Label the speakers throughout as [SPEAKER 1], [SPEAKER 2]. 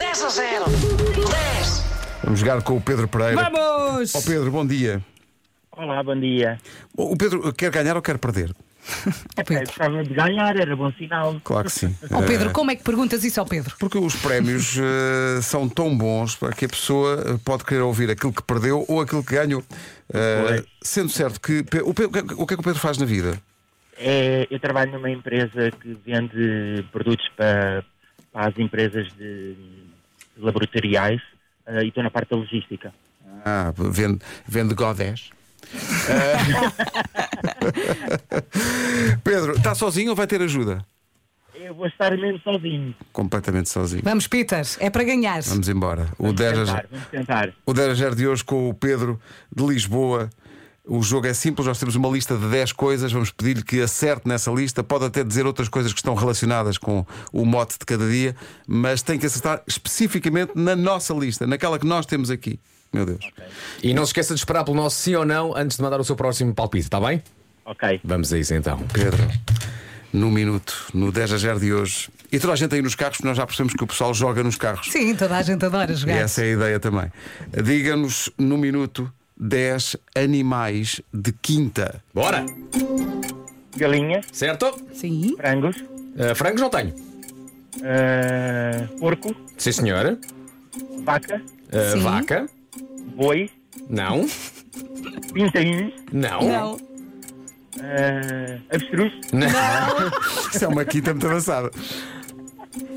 [SPEAKER 1] 10 a 0. 10.
[SPEAKER 2] Vamos jogar com o Pedro Pereira.
[SPEAKER 3] Vamos!
[SPEAKER 2] Ó Pedro, bom dia.
[SPEAKER 4] Olá, bom dia.
[SPEAKER 2] O Pedro quer ganhar ou quer perder?
[SPEAKER 3] Ó
[SPEAKER 4] Eu
[SPEAKER 3] Pedro.
[SPEAKER 4] gostava de ganhar, era bom sinal.
[SPEAKER 2] Claro que sim.
[SPEAKER 3] Ó Pedro,
[SPEAKER 2] Eh,
[SPEAKER 3] como é que perguntas isso ao Pedro?
[SPEAKER 2] Porque os prémios eh, são tão bons para que a pessoa eh, pode querer ouvir aquilo que perdeu ou aquilo que ganhou. Eh,
[SPEAKER 4] Pois.
[SPEAKER 2] sendo certo que. Pe- O, Pe- o que é que- o que é que o Pedro faz na vida?
[SPEAKER 4] É, eu trabalho numa empresa que vende produtos para, para as empresas de, de laboratoriais eh, e estou na parte da logística.
[SPEAKER 2] Ah, vende, vende Godés. Eh, Pedro, está sozinho ou vai ter ajuda?
[SPEAKER 4] Eu vou estar mesmo sozinho.
[SPEAKER 2] Completamente sozinho.
[SPEAKER 3] Vamos, Peter, é para ganhar.
[SPEAKER 2] Vamos embora. O
[SPEAKER 4] Vamos
[SPEAKER 2] 10 a
[SPEAKER 4] tentar, vamos tentar.
[SPEAKER 2] O 10 a 0 de hoje com o Pedro de Lisboa. O jogo é simples, nós temos uma lista de 10 coisas, vamos pedir-lhe que acerte nessa lista. Pode até dizer outras coisas que estão relacionadas com o mote de cada dia, mas tem que acertar especificamente na nossa lista, naquela que nós temos aqui. Meu Deus.
[SPEAKER 5] E não se esqueça de esperar pelo nosso sim ou não antes de mandar o seu próximo palpite, está bem?
[SPEAKER 4] Ok.
[SPEAKER 5] Vamos a isso então.
[SPEAKER 2] Pedro, no minuto, no 10 a 0 de hoje. E toda a gente aí nos carros, porque nós já percebemos que o pessoal joga nos carros.
[SPEAKER 3] Sim, toda a gente adora
[SPEAKER 2] E
[SPEAKER 3] jogar.
[SPEAKER 2] essa é a ideia também. Diga-nos no minuto 10 animais de quinta.
[SPEAKER 5] Bora!
[SPEAKER 4] Galinhas,
[SPEAKER 5] Certo?
[SPEAKER 2] é-
[SPEAKER 3] Sim.
[SPEAKER 4] frangos,
[SPEAKER 5] Ah, frangos não tenho.
[SPEAKER 4] eh, porco,
[SPEAKER 5] Sim, senhora.
[SPEAKER 4] vaca,
[SPEAKER 5] Ah,
[SPEAKER 3] Sim.
[SPEAKER 5] vaca.
[SPEAKER 4] boi,
[SPEAKER 5] Não.
[SPEAKER 4] pintainho,
[SPEAKER 5] Não.
[SPEAKER 3] Não.
[SPEAKER 4] eh, avestruz,
[SPEAKER 5] Não.
[SPEAKER 2] Isso é uma quinta muito avançada.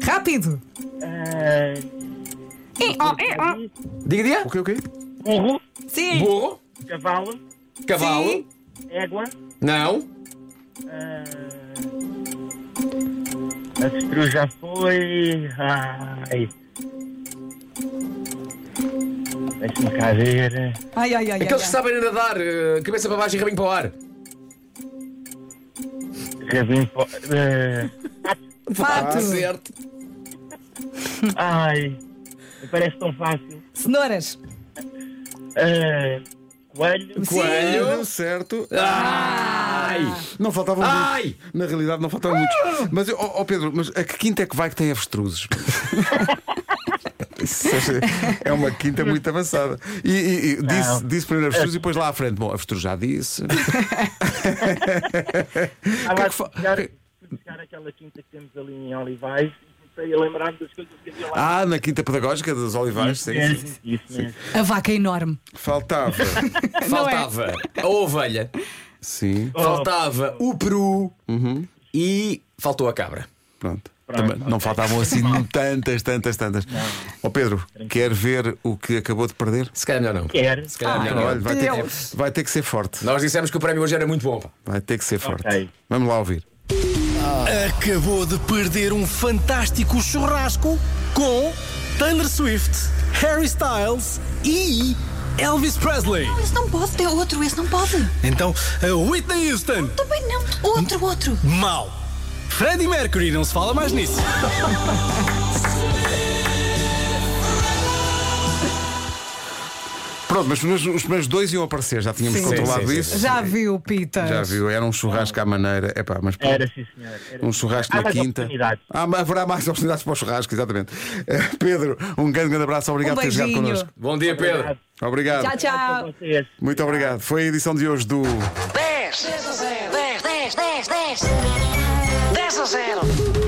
[SPEAKER 3] Rápido.
[SPEAKER 4] eh,
[SPEAKER 3] Ih, ó, ih, ó.
[SPEAKER 5] Diga, diga.
[SPEAKER 2] O que, o quê?
[SPEAKER 4] burro,
[SPEAKER 3] Sim.
[SPEAKER 5] Burro.
[SPEAKER 4] cavalo,
[SPEAKER 5] Cavalo.
[SPEAKER 3] Sim.
[SPEAKER 4] égua,
[SPEAKER 5] Não.
[SPEAKER 4] Uh, avestruz já foi. Ai. Deixa-me cá ver. eh,
[SPEAKER 3] Ai, ai, ai. ai,
[SPEAKER 5] Aqueles que
[SPEAKER 3] ai.
[SPEAKER 5] sabem nadar, ah, cabeça para baixo e rabinho para o ar.
[SPEAKER 4] Rabinho. po- Uh,
[SPEAKER 3] Fato.
[SPEAKER 5] Ah, certo.
[SPEAKER 4] ai. Parece tão fácil.
[SPEAKER 3] Cenouras.
[SPEAKER 4] Uh, coelho.
[SPEAKER 5] Coelho.
[SPEAKER 2] Deu certo.
[SPEAKER 5] Ai!
[SPEAKER 2] Não faltavam
[SPEAKER 5] Ai!
[SPEAKER 2] muitos. Na realidade, não faltavam muitos. Mas, ó ó, Pedro, mas a que quinta é que vai que tem avestruzes? Isso é- é uma quinta muito avançada. E, e- e disse,
[SPEAKER 4] Não.
[SPEAKER 2] disse primeiro avestruz e depois lá à frente. Bom, avestruz já disse.
[SPEAKER 4] Estava
[SPEAKER 2] é que
[SPEAKER 4] a
[SPEAKER 2] fa-
[SPEAKER 4] buscar,
[SPEAKER 2] que-
[SPEAKER 4] fui buscar aquela quinta que temos ali em Olivais e comecei a lembrar-me das coisas que havia lá.
[SPEAKER 2] Ah, na quinta pedagógica dos Olivais.
[SPEAKER 4] isso
[SPEAKER 2] Ah, Sim,
[SPEAKER 4] mesmo.
[SPEAKER 2] sim.
[SPEAKER 4] Isso mesmo.
[SPEAKER 3] A vaca é enorme.
[SPEAKER 2] Faltava.
[SPEAKER 5] Faltava a ovelha.
[SPEAKER 2] Sim,
[SPEAKER 5] Faltava o peru. E faltou a cabra.
[SPEAKER 2] pronto. Também não faltavam assim tantas, tantas, tantas. Ó Pedro, quer ver o que acabou de perder?
[SPEAKER 5] Se calhar é melhor não.
[SPEAKER 4] Quer.
[SPEAKER 5] Se calhar melhor
[SPEAKER 2] Então,
[SPEAKER 5] não.
[SPEAKER 2] olha, vai, ter que, vai ter que ser forte.
[SPEAKER 5] Nós dissemos que o prémio hoje era muito bom. pá.
[SPEAKER 2] Vai ter que ser forte.
[SPEAKER 4] Ok.
[SPEAKER 2] Vamos lá ouvir.
[SPEAKER 6] Acabou de perder um fantástico churrasco com Taylor Swift, Harry Styles e Elvis Presley.
[SPEAKER 7] Esse não pode, é outro, esse não pode.
[SPEAKER 6] Então, a Whitney Houston,
[SPEAKER 7] Também não. Outro, outro.
[SPEAKER 6] mal. Freddie Mercury, não se fala mais nisso.
[SPEAKER 2] Pronto, mas os primeiros- os primeiros dois iam aparecer, já tínhamos
[SPEAKER 3] Sim.
[SPEAKER 2] controlado
[SPEAKER 5] Sim, sim,
[SPEAKER 2] isso.
[SPEAKER 3] Já viu, Peter.
[SPEAKER 2] Já viu, era um churrasco à maneira. Epá, mas pronto.
[SPEAKER 4] Era, sim, senhor. Era,
[SPEAKER 2] Um
[SPEAKER 4] sim, senhor.
[SPEAKER 2] churrasco
[SPEAKER 4] Há
[SPEAKER 2] na
[SPEAKER 4] mais
[SPEAKER 2] quinta.
[SPEAKER 4] oportunidades.
[SPEAKER 2] Ah, mas haverá mais oportunidades para o churrasco, exatamente. Eh, Pedro, um grande, grande abraço. Obrigado
[SPEAKER 3] Um
[SPEAKER 2] por ter jogado
[SPEAKER 3] beijinho.
[SPEAKER 2] connosco.
[SPEAKER 5] Bom dia, Pedro.
[SPEAKER 2] Obrigado.
[SPEAKER 4] Obrigado.
[SPEAKER 3] Tchau,
[SPEAKER 4] Para
[SPEAKER 3] tchau.
[SPEAKER 4] vocês.
[SPEAKER 2] Muito obrigado. Foi a edição de hoje do.
[SPEAKER 1] 10. 10 a 0. 10. 10. 10. 10 a 0.